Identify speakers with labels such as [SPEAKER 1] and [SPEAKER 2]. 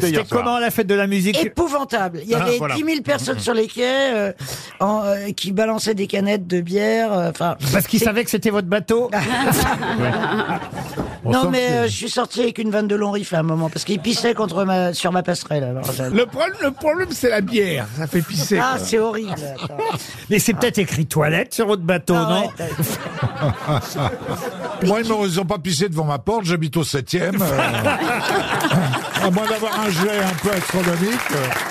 [SPEAKER 1] C'était hier soir.
[SPEAKER 2] comment la fête de la musique
[SPEAKER 3] Épouvantable. Il y
[SPEAKER 1] Ah,
[SPEAKER 3] avait
[SPEAKER 1] voilà.
[SPEAKER 3] 10 000 personnes sur les quais euh, en, euh, qui balançaient des canettes de bière. euh, Enfin,
[SPEAKER 2] Parce qu'ils savaient que c'était votre bateau.
[SPEAKER 3] non, mais euh, je suis sorti avec une vanne de long riff à un moment parce qu'il pissait contre ma, sur ma passerelle. Alors, ça-
[SPEAKER 4] Le problème, le problème c'est la bière. Ça fait pisser.
[SPEAKER 3] ah, c'est horrible. Attends.
[SPEAKER 2] Mais c'est peut-être écrit toilette sur votre bateau,
[SPEAKER 3] Ah,
[SPEAKER 2] non
[SPEAKER 3] ouais, t'as-
[SPEAKER 5] Moi, ils m'ont- ils ont pas pissé devant ma porte, j'habite au 7 e À moins d'avoir un gelé un peu astronomique. euh.